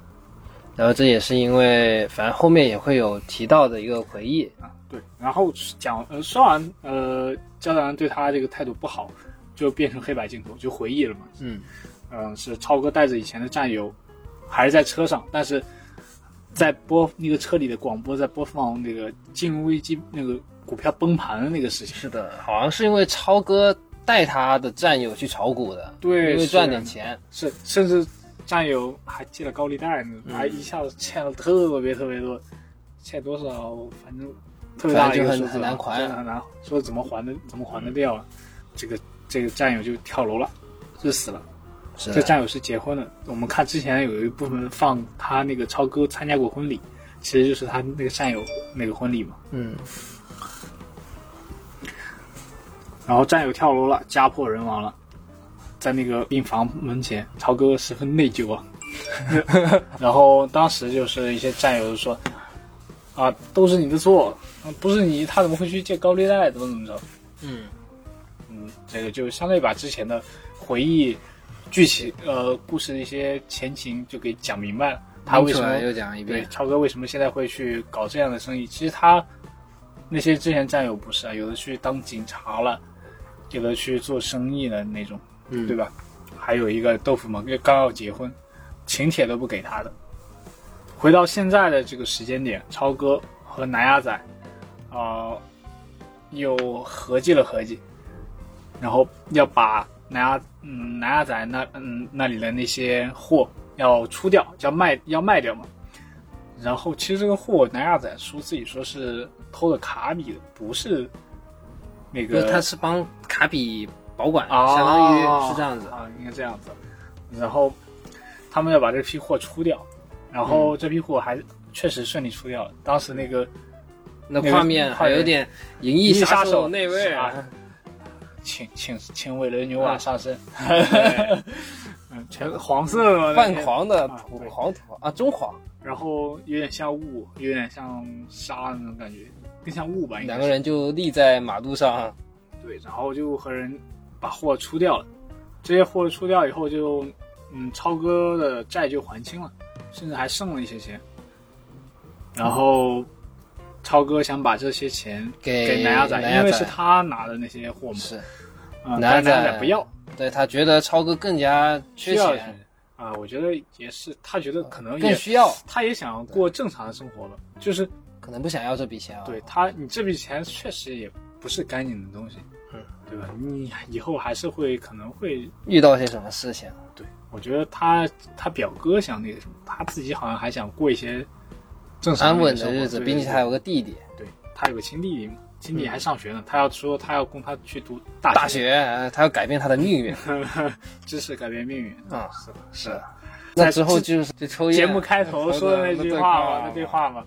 A: 然后这也是因为，反正后面也会有提到的一个回忆，
B: 啊，对。然后讲呃说完呃，焦大人对他这个态度不好，就变成黑白镜头，就回忆了嘛，
A: 嗯，
B: 嗯，是超哥带着以前的战友，还是在车上，但是在播那个车里的广播在播放那个金融危机那个股票崩盘的那个事情。
A: 是的，好像是因为超哥带他的战友去炒股的，
B: 对
A: 因为
B: 是
A: 赚点钱，
B: 是，甚至战友还借了高利贷呢，
A: 嗯
B: 还一下子欠了特别特别多，欠多少反正特别
A: 反
B: 大
A: 正
B: 的一
A: 就
B: 个
A: 很
B: 数字
A: 很
B: 啊
A: 难还
B: 真的很难，说怎么还的怎么还得掉啊？这个这个战友就跳楼了，就死了。
A: 是
B: 这
A: 的，
B: 战友是结婚了。我们看之前有一部分放他那个超哥参加过婚礼，其实就是他那个战友那个婚礼嘛。
A: 嗯，
B: 然后战友跳楼了，家破人亡了，在那个病房门前，超哥十分内疚啊。 <laughs> 然后当时就是一些战友就说：“啊，都是你的错，啊不是你，他怎么会去借高利贷？怎么怎么着？”
A: 嗯，
B: 嗯，这个就相当于把之前的回忆、剧情、呃故事的一些前情就给讲明白了。他为什
A: 拎出
B: 么
A: 来又讲一
B: 对
A: 遍？
B: 超哥为什么现在会去搞这样的生意？其实他那些之前战友不是啊，有的去当警察了，有的去做生意的那种，
A: 嗯
B: 对吧？还有一个豆腐嘛，刚要结婚，请帖都不给他的。回到现在的这个时间点，超哥和南亚仔啊、呃又合计了合计，然后要把南亚嗯南亚仔那嗯那里的那些货要出掉，要卖要卖掉嘛。然后其实这个货南亚仔说自己说是偷的卡比的，不是那
A: 因为
B: 个
A: 他是帮卡比保管，
B: 啊，
A: 哦相当于是这样子。
B: 啊，应该这样子。然后他们要把这批货出掉，然
A: 嗯
B: 后这批货还确实顺利出掉了。当时那个
A: 那
B: 那个
A: 画面还有点《银翼杀
B: 银翼杀手
A: 那味
B: 是
A: 啊
B: 吧，请请请委雷
A: 嗯
B: 纽瓦
A: <laughs>
B: 上身，
A: 对
B: 嗯，全黄色
A: <laughs> <laughs>
B: 的
A: 泛黄的
B: 啊
A: 土
B: 对
A: 黄土啊，中黄，
B: 然后有点像雾，有点像沙那种感觉，更像雾吧，应该
A: 两
B: 是
A: 个人就立在马路上，
B: 对，然后就和人把货出掉了。这些货出掉以后就，嗯，超哥的债就还清了，甚至还剩了一些钱。然后，超哥想把这些钱
A: 给
B: 给南亚仔，
A: 南
B: 因
A: 亚
B: 为
A: 仔
B: 是他拿的那些货嘛，
A: 是
B: 嗯，
A: 南亚
B: 但南
A: 仔
B: 亚仔不要，
A: 对他觉得超哥更加缺
B: 需要
A: 钱，
B: 啊，我觉得也是，他觉得可能
A: 更
B: 也，
A: 需要，
B: 他也想过正常的生活吧，就是
A: 可能不想要这笔钱啊。
B: 对他，你这笔钱确实也不是干净的东西，
A: 嗯，
B: 对吧？你以后还是会可能会
A: 遇到些什么事情？
B: 对，我觉得他他表哥想那个什么，他自己好像还想过一些正常
A: 安稳
B: 一点
A: 的
B: 的
A: 日子，
B: 生活
A: 并且他有个弟弟，
B: 对对他有个亲弟弟嘛，亲弟弟还上学呢，他要说他要供他去读大
A: 大
B: 学，
A: 学，呃他要改变他的命
B: <laughs>
A: 运
B: 知识改变命运。
A: 啊。
B: 是吧
A: 是
B: 吧，
A: 那
B: 在
A: 之后
B: 这
A: 就是就抽烟。
B: 节目开头说的那句话嘛，那
A: 对
B: 句话嘛，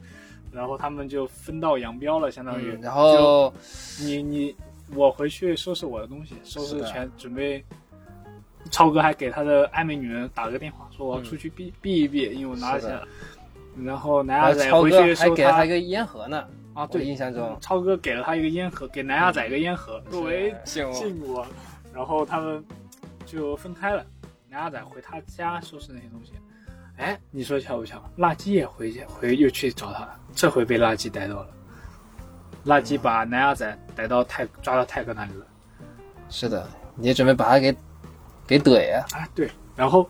B: 然后他们就分道扬镳了，相当于。
A: 嗯，然后
B: 你你我回去收拾我的东西，收
A: 是
B: 拾
A: 的
B: 全准备。超哥还给他的暧昧女人打了个电话，说我要出去避、避一避，因为我拿了
A: 嗯是的
B: 钱了。然后南
A: 然
B: 亚
A: 后
B: 仔
A: 超
B: 回去
A: 哥还
B: 收
A: 给了他
B: 他
A: 一个烟盒呢。
B: 啊，
A: 嗯我
B: 对，
A: 印象中嗯
B: 超哥给了他一个烟盒，给南亚仔一个烟盒作为
A: 信物
B: 信物，然后他们就分开了。南亚仔回他家收拾那些东西，哎，你说巧不巧？垃圾也回去回又去找他了，这回被垃圾逮到了。垃圾把南亚仔逮到泰抓到泰哥那里了。
A: 是的，你也准备把他给给怼啊？
B: 哎，对，然后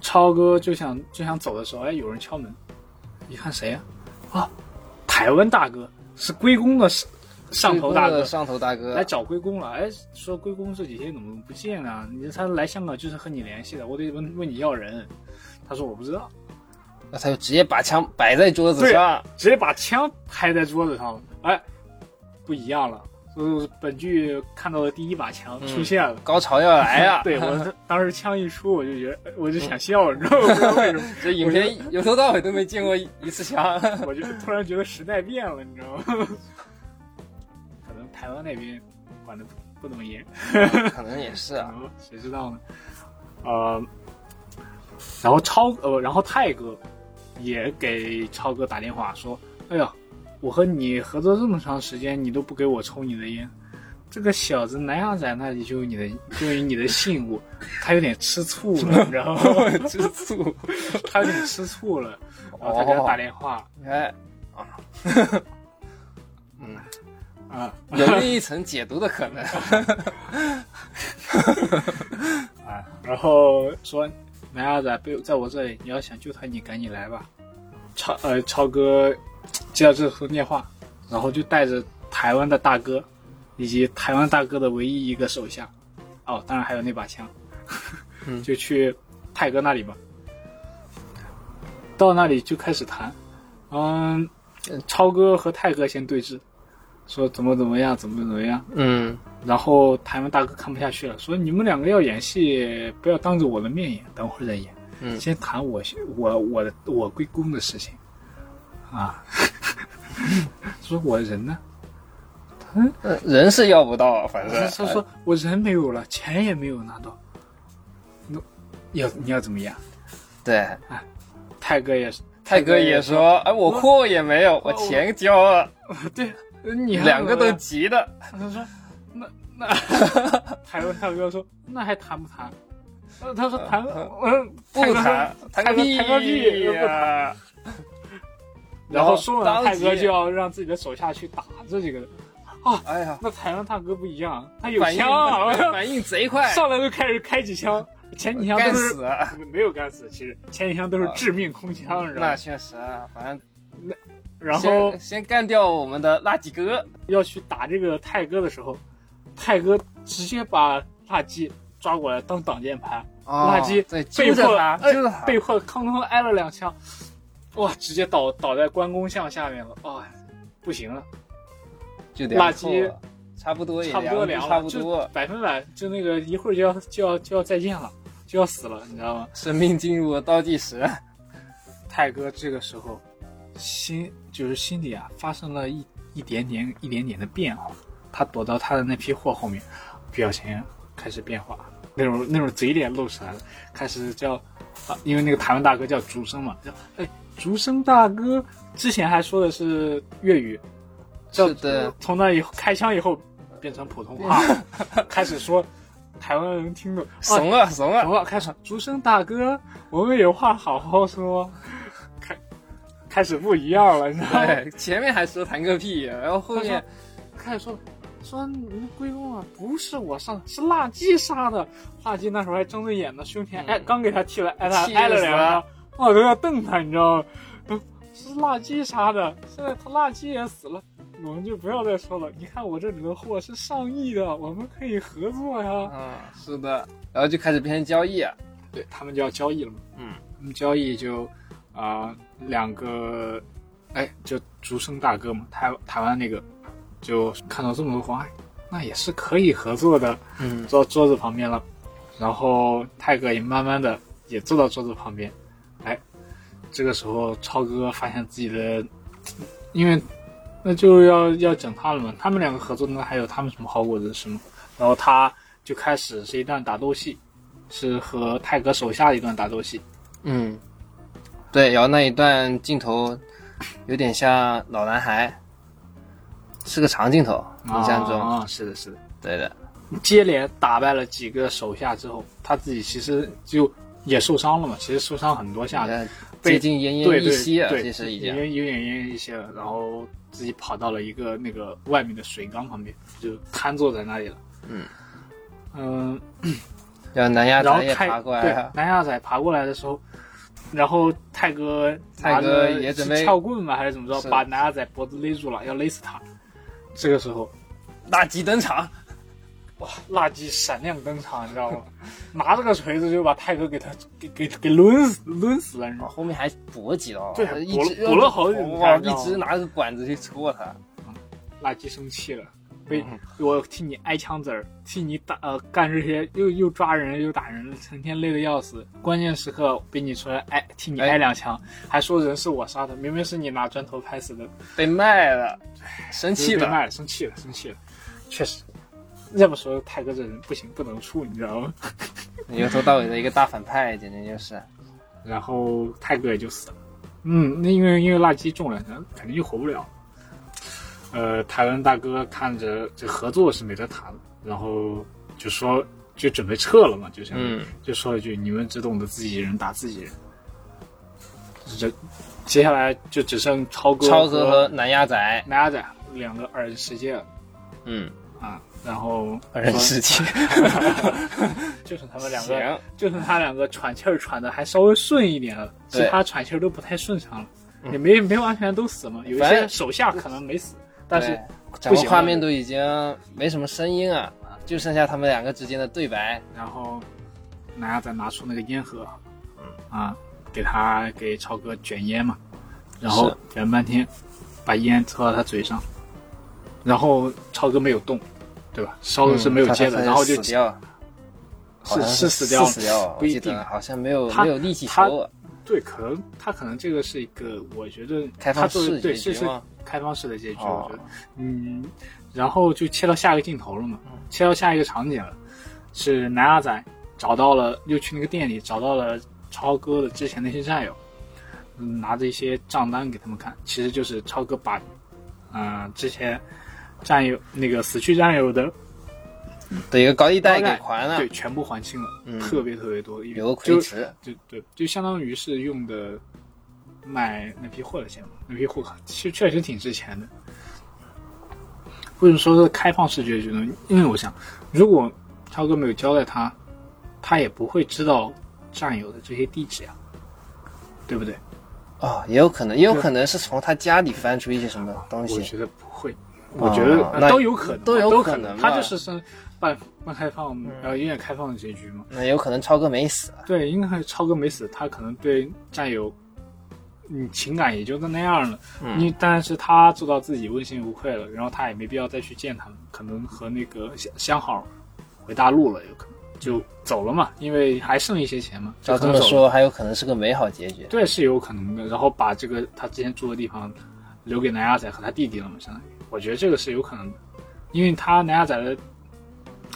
B: 超哥就想就想走的时候，哎，有人敲门，一看谁呀、啊？台湾大哥是龟公的上上头大
A: 最终
B: 哥
A: 的，上头大哥
B: 来找龟公了，哎，说龟公这几天怎么不见啊？你他来香港就是和你联系的，我得问问你要人。他说我不知道，
A: 那他就直接把枪摆在桌子上，
B: 直接把枪拍在桌子上了。哎，不一样了，就是本剧看到的第一把枪
A: 嗯
B: 出现了。
A: 高潮要来啊！
B: <laughs>
A: <laughs>
B: 对我当时枪一出，我就觉得我就想笑，你知道吗？不知道为什么，
A: 这影片由头到尾都没见过一一次枪。<laughs>
B: 我就突然觉得时代变了，你知道吗？ <laughs> 可能台湾那边管的不怎么严，
A: 可能也是 <laughs> 啊，
B: 嗯谁知道呢？呃，然后超呃，然后泰哥也给超哥打电话说：“哎呀，我和你合作这么长时间，你都不给我抽你的烟，这个小子南亚仔那里就有你的 <laughs> 就有你的信物，他有点吃醋了，你知道吗？ <laughs>
A: 吃醋。
B: 他有点吃醋了，然后他给他打电话
A: 你看，
B: 啊
A: 有另一层解读的可能。
B: 啊，然后说南亚仔被在我这里，你要想救他，你赶紧来吧。超呃超哥接到这通电话，然后就带着台湾的大哥，以及台湾大哥的唯一一个手下，哦，当然还有那把枪，
A: 嗯
B: <laughs> 就去泰哥那里吧。到那里就开始谈，嗯，超哥和泰哥先对峙，说怎么怎么样，怎么怎么样。
A: <laughs> 嗯，
B: 然后台湾大哥看不下去了，说你们两个要演戏，不要当着我的面演，等会儿再演。
A: 嗯
B: 先谈我我我的我归公的事情，啊， <laughs> 说我人呢？
A: 呃人是要不到啊，反
B: 他
A: 正
B: 他说我人没有了，钱也没有拿到，那要你要怎么样？
A: 对。
B: 泰哥也是，
A: 泰哥也说：“哎，我货也没有，我钱交了。
B: <laughs> 对，你”还
A: 两个
B: 怎么
A: 都
B: 样
A: 急的，
B: 他说：“那那 <laughs> 台湾大哥说那还谈不谈？”呃他说谈，嗯，
A: 不
B: 泰哥说
A: 谈，哎谈个
B: 泰哥
A: 屁
B: 谈个屁
A: 呀！
B: 然后说
A: 当
B: 完
A: 即
B: 泰哥就要让自己的手下去打这几个人。
A: 哎呀，
B: 那台湾大哥不一样，他有
A: 反应
B: 枪啊，
A: 反应贼快，
B: <laughs> 上来就开始开几枪，前几枪
A: 干
B: 都是
A: 死啊！
B: 没有干死，其实前几枪都是致命空枪，你知道
A: 那
B: 吗？
A: 确实啊，反正
B: 然后
A: 先先干掉我们的垃圾哥，
B: 要去打这个泰哥的时候，泰哥直接把垃圾抓过来当挡箭牌，
A: 哦
B: 垃圾
A: 对揪
B: 被
A: 着
B: 迫
A: 他，
B: 哎
A: 揪着他，
B: 被迫哐哐挨了两枪，哇，直接倒倒在关公像下面了，哇、不行啊了，
A: 就凉
B: 垃圾
A: 透了，差不多也
B: 差不多
A: 凉
B: 凉
A: 就
B: 了，
A: 差不多
B: 就百分百，就那个一会儿就要就要就要再见了，就要死了，你知道吗？
A: 生命进入了倒计时。
B: 啊泰哥这个时候心就是心里啊发生了一一点点一点点的变化，他躲到他的那批货后面，表情开始变化，那种那种嘴脸露出来了，开始叫啊，因为那个台湾大哥叫竹生嘛，叫哎竹生大哥，之前还说的是粤语，叫
A: 是的，
B: 从那以后开枪以后变成普
A: <laughs>
B: 通话，开始说台湾人听懂，啊
A: 怂了，怂
B: <laughs>
A: 了。
B: 好了，开始，竹生大哥，我们有话好好说。开开始不一样了，你知道吗？
A: 对，哎前面还说谈个屁，然后后面
B: 开始说说你们龟公啊，不是我杀的，是辣鸡杀的。辣鸡那时候还睁着眼呢，胸前
A: 嗯
B: 哎、刚给他剃了，挨他
A: 气
B: 挨了
A: 死
B: 两
A: 了
B: 刀，我都要瞪他，你知道吗？嗯是辣鸡杀的，现在他辣鸡也死了，我们就不要再说了。你看我这里的货是上亿的，我们可以合作呀。
A: 嗯，是的，然后就开始变成交易啊。
B: 对他们就要交易了嘛。
A: 嗯，
B: 他们交易就啊、两个，哎，就竹生大哥嘛，台台湾那个，就看到这么多黄，哎，那也是可以合作的，
A: 嗯，
B: 坐到桌子旁边了。然后泰哥也慢慢的也坐到桌子旁边，哎，这个时候超哥发现自己的，因为那就要要整他了嘛，他们两个合作那还有他们什么好果子吃吗？然后他就开始是一段打斗戏，是和泰哥手下的一段打斗戏，
A: 嗯，对，然后那一段镜头有点像老男孩，是个长镜头，印象中。
B: 啊，是的，是的。
A: 对的，
B: 接连打败了几个手下之后，他自己其实就也受伤了嘛，其实受伤很多下的，
A: 呃
B: 被
A: 接近奄奄
B: 对
A: 一
B: 对
A: 息啊，
B: 对，
A: 其实已经
B: 有有点奄奄一息了，然后自己跑到了一个那个外面的水缸旁边，就瘫坐在那里了。
A: 嗯
B: 嗯，
A: 然后南亚
B: 然后
A: 仔也
B: 泰
A: 爬过来啊
B: 对
A: 了，
B: 南亚仔爬过来的时候，然后泰哥
A: 泰
B: 拿着
A: 哥也准备
B: 是撬棍嘛还是怎么着，
A: 是
B: 把南亚仔脖子勒住了，要勒死他。这个时候，
A: 垃圾登场。
B: 辣鸡闪亮登场，你知道吗？ <laughs> 拿着个锤子就把泰哥给他给给给抡死抡死了，你知道
A: 啊，
B: 吗？
A: 后面还补了几刀，
B: 对
A: 一
B: 补了
A: 直
B: 补了好几刀
A: 哇，
B: 你知
A: 一
B: 道吗
A: 直拿着管子去戳他，
B: 辣鸡生气了，被
A: 嗯
B: 我替你挨枪子儿，替你打呃干这些又又抓人又打人，成天累得要死。关键时刻被你出来挨替你
A: 哎
B: 挨两枪，还说人是我杀的，明明是你拿砖头拍死的，
A: 被卖了，生气
B: 被
A: 了。
B: 卖了，生气了，生气了，确实。要么说泰哥这人不行，不能处，你知道吗？
A: 由头到尾的一个大反派，简直就是。
B: 然后泰哥也就死了。嗯，那因为因为辣鸡中了，那肯定就活不了。呃，台湾大哥看着这合作是没得谈了，然后就说就准备撤了嘛，就相当于
A: 嗯，
B: 就说一句：“你们只懂得自己人打自己人。”这接下来就只剩超哥、
A: 超哥和南亚仔，
B: 南亚仔两个二人世界了
A: 嗯，
B: 啊。然后
A: 二人世界，
B: <laughs> 就剩他们两
A: <laughs>
B: 个，
A: 行，
B: 就剩他两个喘气儿喘的还稍微顺一点了，其
A: 对嗯
B: 他喘气儿都不太顺畅了，也没没完全都死嘛，有一
A: 反
B: 些
A: 正
B: 手下可能没死，但是
A: 对整个
B: 行了
A: 画面都已经没什么声音啊，就剩下他们两个之间的对白。
B: 然后南亚再拿出那个烟盒，
A: 嗯
B: 啊，给他给超哥卷烟嘛，然后卷半天，把烟抽到他嘴上，然后超哥没有动，对吧？烧的是没有接
A: 嗯他
B: 的，
A: 他
B: 然后就
A: 死掉了，好
B: 是
A: 像
B: 是死掉了，
A: 死掉了，我
B: 不一
A: 记
B: 定
A: 得好像没有
B: 他
A: 没有力气
B: 他
A: 抽了，
B: 对，可能他可能这个是一个，我觉得
A: 开
B: 他
A: 放
B: 作为
A: 式
B: 对
A: 结
B: 是
A: 局
B: 是
A: 吗？
B: 开放式的结局，
A: 哦
B: 我觉得，嗯，然后就切到下一个镜头了嘛，
A: 嗯
B: 切到下一个场景了，是南亚仔找到了，又去那个店里找到了超哥的之前那些战友，嗯，拿着一些账单给他们看，其实就是超哥把，嗯、之前战友那个死去战友的
A: 对，一个高利贷
B: 高利
A: 给
B: 贷
A: 还了
B: 对，全部还清了，
A: 嗯
B: 特别特别多，因为
A: 有个
B: 就
A: 亏值。
B: 就对，就相当于是用的买那批货的钱嘛，那批货其实确实挺值钱的。为什么说是开放式结局呢？因为我想，如果超哥没有交代他，他也不会知道战友的这些地址呀、对不对？
A: 哦，也有可能，也有可能是从他家里翻出一些什么东
B: 我
A: 西。
B: 觉得不会，我觉得、
A: 哦
B: 呃
A: 那
B: 都有可能，
A: 都
B: 都
A: 有
B: 可
A: 可能吧
B: 他就是是半半开放，然后有点开放的结局嘛。
A: 那有可能超哥没死，啊
B: 对，应该还超哥没死，他可能对战友，嗯，情感也就那样了。
A: 嗯
B: 你但是他做到自己问心无愧了，然后他也没必要再去见他们，可能和那个相相好回大陆了，有可能。就走了嘛，因为还剩一些钱嘛。
A: 照
B: 就
A: 这
B: 可
A: 么
B: 能走了，
A: 说，还有可能是个美好结局。
B: 对，是有可能的。然后把这个他之前住的地方留给南亚仔和他弟弟了嘛，相当于，我觉得这个是有可能的，因为他南亚仔的，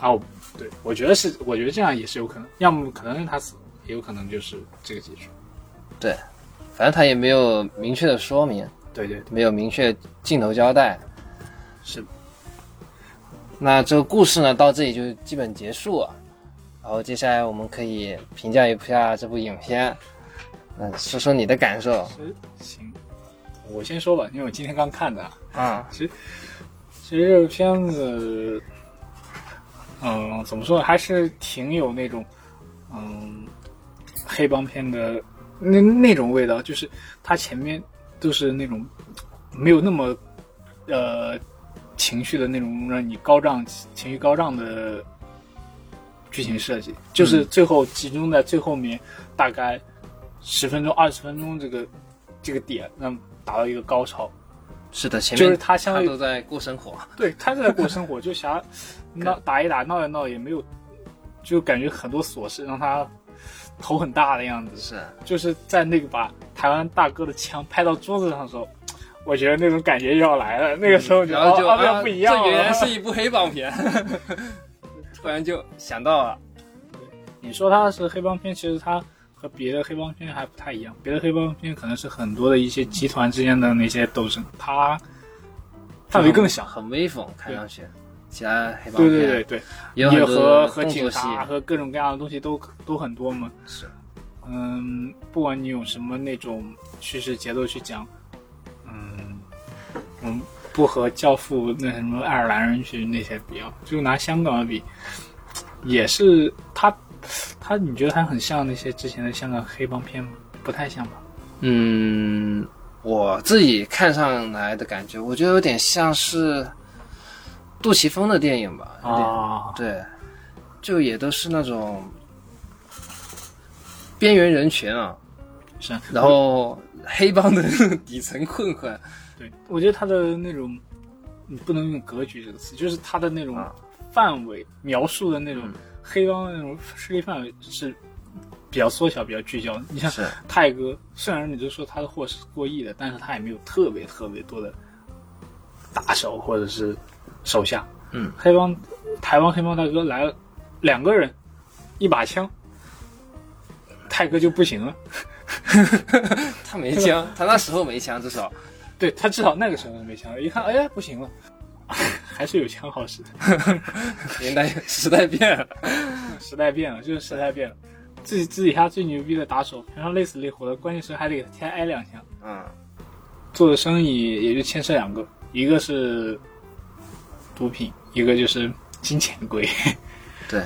B: 哦，对，我觉得是，我觉得这样也是有可能，要么可能是他死了，也有可能就是这个结局。
A: 反正他也没有明确的说明，
B: 对对，
A: 没有明确镜头交代。
B: 是的
A: 那这个故事呢，到这里就基本结束了。然后接下来我们可以评价一下这部影片，嗯，说说你的感受
B: 行，我先说吧，因为我今天刚看的啊。
A: 啊。
B: 其实这个片子，嗯，怎么说呢，还是挺有那种，嗯，黑帮片的那那种味道，就是它前面都是那种没有那么呃情绪的那种让你高涨情绪高涨的剧情设计，
A: 嗯
B: 就是最后集中在最后面大概十分钟二十分钟这个这个点，让达到一个高潮，
A: 是的，前面
B: 就是它相
A: 他
B: 当于
A: 都在过生活，
B: 对，他在过生活，就想闹打一打，闹一闹，也没有，就感觉很多琐事让他头很大的样子。
A: 是
B: 就是在那个把台湾大哥的枪拍到桌子上的时候，我觉得那种感觉又要来了。那个时候就、
A: 嗯然后就啊
B: 哦、哦不一样
A: 这
B: 了。
A: 原来是一部黑帮片， <laughs> 突然就想到了，
B: <laughs> 你说它是黑帮片，其实它和别的黑帮片还不太一样。别的黑帮片可能是很多的一些集团之间的那些斗争，它范围更小。
A: 很威风，看上去。其他黑帮片
B: 对对对对，
A: 也有
B: 也
A: 很
B: 和
A: 多
B: 和
A: 动
B: 警
A: 作戏，
B: 察和各种各样的东西都都很多嘛。
A: 是
B: 嗯，不管你用什么那种叙事节奏去讲，嗯，我们不和《教父》那什么爱尔兰人去那些比啊，就拿香港的比，也是他他，你觉得他很像那些之前的香港黑帮片吗？不太像吧？
A: 嗯，我自己看上来的感觉，我觉得有点像是杜琪峰的电影吧，有点、
B: 啊，
A: 对，就也都是那种边缘人群啊，
B: 是。
A: 然后黑帮的底层混混，
B: 对，我觉得他的那种，你不能用格局这个词，就是他的那种
A: 啊
B: 范围、描述的那种
A: 嗯
B: 黑帮的那种势力范围是比较缩小、比较聚焦的。你像
A: 是
B: 泰哥，虽然你就说他的货是过亿的，但是他也没有特别特别多的打手或者是手下。
A: 嗯，
B: 黑帮台湾黑帮大哥来了两个人，一把枪，泰哥就不行了。
A: 他没
B: <laughs>
A: 枪，他那时候没枪，至少 <laughs>
B: 对他至少那个时候没枪，一看哎呀不行了， <laughs> 还是有枪好使。
A: 年代时代变了，
B: 时代变了，就是时代变了。自己自己家最牛逼的打手，平常累死累活的，关键时候还得给他天挨两枪。
A: 嗯，
B: 做的生意也就牵涉两个，一个是毒品，一个就是金钱龟。
A: 对。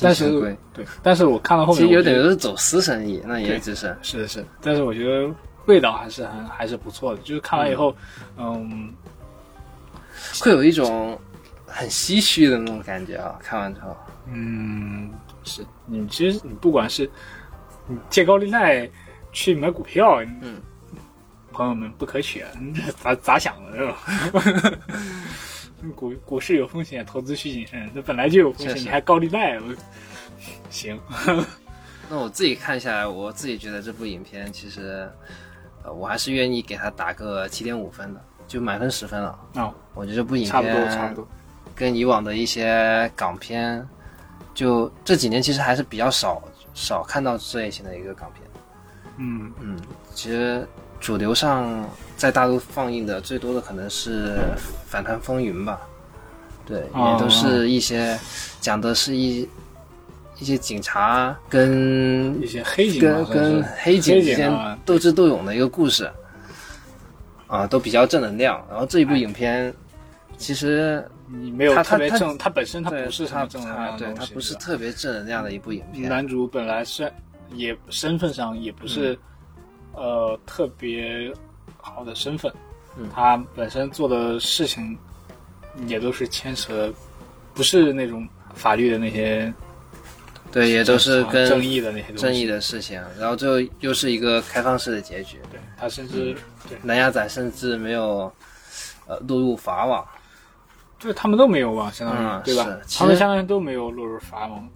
B: 但
A: 金
B: 是
A: 钱龟
B: <laughs> 对，但是我看到后
A: 其
B: 面
A: 实
B: 我觉
A: 有
B: 得，
A: 点都是走私生意，那也只是
B: 是的是的，但是我觉得味道还是很还是不错的。就是看完以后，嗯，
A: 会有一种很唏嘘的那种感觉啊！看完之后，
B: 嗯，是你其实你不管是你借高利贷去买股票，
A: 嗯，
B: 朋友们不可取，啊，你这咋咋想的是吧？ <laughs> 股股市有风险，投资需谨慎。这本来就有风险，
A: 确实
B: 你还高利贷，我行，
A: 那我自己看下来，我自己觉得这部影片其实，呃，我还是愿意给它打个七点五分的，就满分十分了。
B: 哦，
A: 我觉得这部影片
B: 差不多差不多。
A: 跟以往的一些港片，就这几年其实还是比较少少看到这类型的一个港片。
B: 嗯，
A: 嗯，其实主流上在大陆放映的最多的可能是《反贪风云》吧，对，
B: 哦
A: 也都是一些讲的是一一些警察跟
B: 一些黑警
A: 跟
B: 嘛，算是
A: 跟黑警之间
B: 啊，
A: 斗智斗勇的一个故事，啊，都比较正能量。然后这一
B: 哎
A: 部影片其实
B: 你没有
A: 他他
B: 特别
A: 他
B: 正，他本身他
A: 对
B: 不是什
A: 它
B: 么正能
A: 它
B: 量的
A: 对
B: 东西，
A: 它不是
B: 对吧嗯
A: 特别正能量的一部影片，
B: 男主本来身也身份上也不是、呃特别好的身份，
A: 嗯
B: 他本身做的事情也都是牵扯，不是那种法律的那些，
A: 对，也都是
B: 啊
A: 跟
B: 正义的那些东西。
A: 正义的事情。然后最后又是一个开放式的结局。
B: 对
A: 嗯
B: 他甚至、
A: 南亚仔甚至没有呃落入法网，
B: 对他们都没有吧，相当于、
A: 嗯
B: 对吧
A: 是？其
B: 他们
A: 实
B: 相当于都没有落入法网。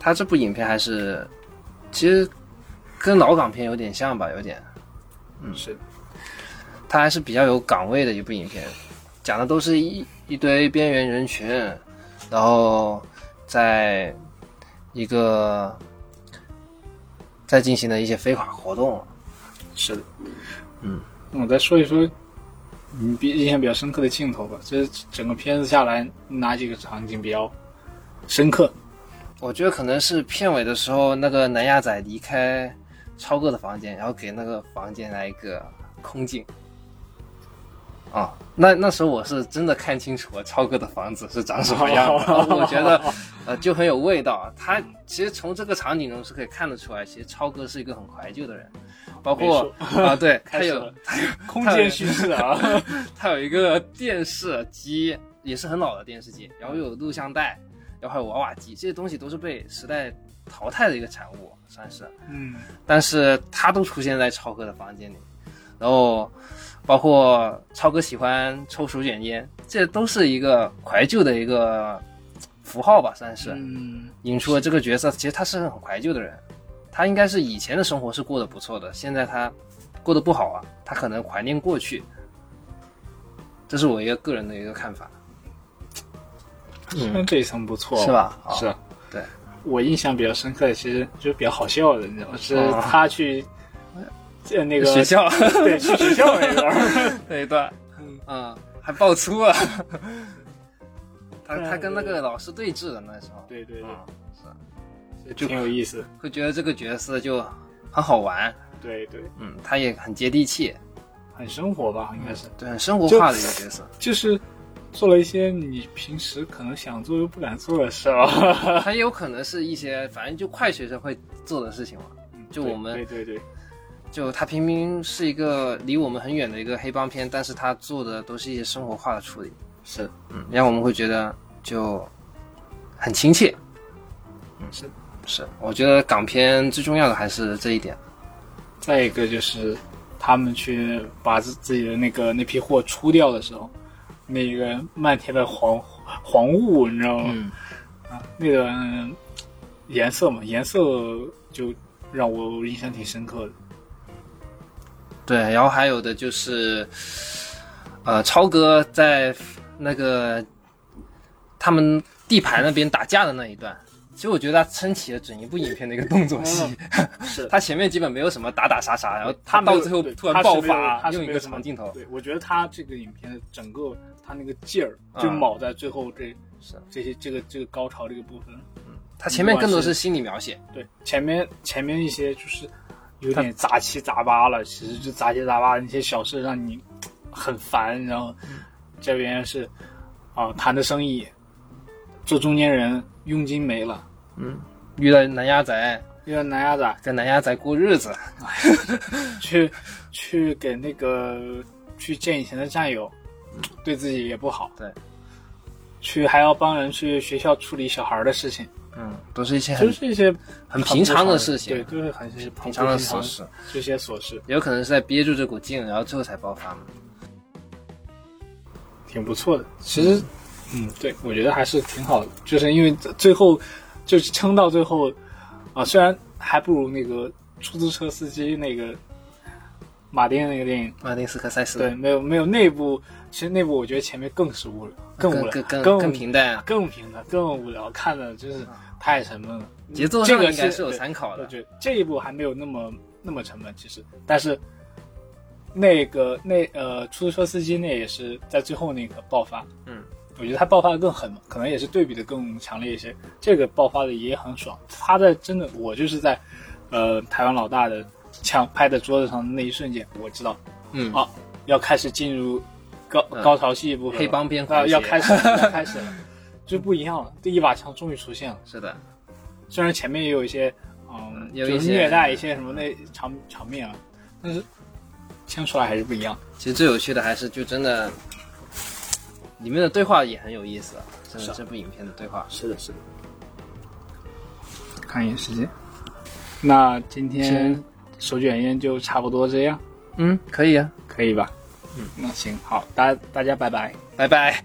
A: 他这部影片还是其实跟老港片有点像吧，有点，
B: 嗯，是
A: 它还是比较有岗位的一部影片，讲的都是一一堆边缘人群，然后在一个在进行的一些非法活动。
B: 是的，嗯，我再说一说你比印象比较深刻的镜头吧。这整个片子下来，哪几个场景比较深刻？
A: 我觉得可能是片尾的时候，那个南亚仔离开超哥的房间，然后给那个房间来一个空镜。啊，那那时候我是真的看清楚了超哥的房子是长什么样
B: <laughs>
A: 的，然后我觉得，呃，就很有味道。他其实从这个场景中是可以看得出来，其实超哥是一个很怀旧的人，包括啊，对他
B: <laughs> 开始
A: 有
B: 了空间叙事啊， <laughs>
A: 它有一个电视机，也是很老的电视机，然后又有录像带，然后还有娃娃机，这些东西都是被时代淘汰的一个产物，算是。
B: 嗯，
A: 但是它都出现在超哥的房间里，然后包括超哥喜欢抽手卷烟，这都是一个怀旧的一个符号吧，算是。
B: 嗯，
A: 引出了这个角色，其实他是很怀旧的人，他应该是以前的生活是过得不错的，现在他过得不好啊，他可能怀念过去，这是我一个个人的一个看法，
B: 那这一层不错，
A: <laughs> 是？吧？啊
B: 嗯是啊，
A: 对
B: 我印象比较深刻的，其实就是比较好笑的，你知道吗？是
A: 哦
B: 他去。呃，那个
A: 学
B: <laughs>
A: 校
B: 对，去学校那段儿， <laughs>
A: 那一段
B: 嗯，
A: 嗯，还爆粗
B: <laughs>
A: 啊，他
B: 对啊
A: 他跟那个老师对峙的那时候，
B: 对对
A: 嗯，
B: 对，挺有意思。
A: 会觉得这个角色就很好玩，
B: 对对，
A: 嗯，他也很接地气，
B: 很生活吧，应该是，
A: 对，很生活化的一个角色，
B: 就是做了一些你平时可能想做又不敢做的事啊。
A: 他也有可能是一些反正就快学生会做的事情嘛。 <laughs> 就我们
B: 对对对，
A: 就他明明是一个离我们很远的一个黑帮片，但是他做的都是一些生活化的处理，
B: 是
A: 嗯，让我们会觉得就很亲切。
B: 是。
A: 是，我觉得港片最重要的还是这一点。
B: 再一个就是他们去把自自己的那个那批货出掉的时候，那个漫天的黄黄雾，你知道吗？
A: 嗯，
B: 啊，那个嗯颜色嘛，颜色就让我印象挺深刻的。
A: 对。然后还有的就是，呃，超哥在那个他们地盘那边打架的那一段，其实我觉得他撑起了整一部影片的一个动作戏。<laughs>
B: 嗯是
A: 他前面基本没有什么打打杀杀，然后
B: 他没
A: 到
B: 有
A: 最后
B: 对
A: 突然
B: 他是
A: 爆
B: 没有他
A: 发，
B: 是
A: 用一
B: 没
A: 个
B: 有什么
A: 长镜头。
B: 对，我觉得他这个影片的整个他那个劲儿就
A: 嗯
B: 卯在最后这、
A: 是啊
B: 这些这个这个高潮这个部分。
A: 他前面更多是心理描写，
B: 对，前面前面一些就是有点杂七杂八了，其实就杂七杂八的那些小事让你很烦，然后
A: 嗯
B: 这边是啊、谈的生意，做中间人佣金没了，
A: 遇到南亚仔，
B: 因为南亚仔
A: 跟南亚仔过日子，
B: 去去给那个去见以前的战友，对自己也不好，
A: 嗯对，
B: 去还要帮人去学校处理小孩的事情，
A: 嗯，都是一些
B: 就
A: 很
B: 是一些
A: 很平常的
B: 的
A: 事情
B: 对，都是很平
A: 平常的琐，事，
B: 这些琐事
A: 也有可能是在憋住这股劲，然后最后才爆发嘛。
B: 挺不错的。其实，嗯，对，我觉得还是挺好的，就是因为最后就是撑到最后啊，虽然还不如那个出租车司机那个马丁那个电影。
A: 马丁斯科塞斯
B: 对，没有没有内部，其实内部我觉得前面更是无聊，更无
A: 更
B: 聊，
A: 更更
B: 更
A: 更平淡啊，
B: 更平淡，更无聊，看的真是太沉闷了。
A: 嗯节奏
B: 这
A: 上
B: 个
A: 应该是
B: 是
A: 有
B: 对
A: 参考
B: 我
A: 的。
B: 觉得这一部还没有那么那么沉闷，其实，但是那个那呃，出租车司机那也是在最后那个爆发，
A: 嗯，
B: 我觉得他爆发的更狠嘛，可能也是对比的更强烈一些。这个爆发的也很爽，他在真的，我就是在呃台湾老大的枪拍在桌子上的那一瞬间，我知道
A: 嗯
B: 好要开始进入高、
A: 嗯
B: 高潮戏部分了，
A: 黑帮片
B: 啊、
A: 环节
B: 要开
A: <laughs>
B: 始了，要开始了，就不一样了。第一把枪终于出现了，
A: 是的，
B: 虽然前面也有一些，嗯
A: 嗯，有
B: 就
A: 一
B: 是
A: 些
B: 虐待一些什么那场场面啊，但是枪出来还是不一样。
A: 其实最有趣的还是就真的里面的对话也很有意思啊，真
B: 是
A: 的
B: 啊
A: 这部影片的对话。
B: 是的，是的。看一眼时间，那今天
A: 行
B: 手卷烟就差不多这样，
A: 嗯，可以啊，
B: 可以吧？嗯，那行，好，大大家拜拜。
A: 拜拜。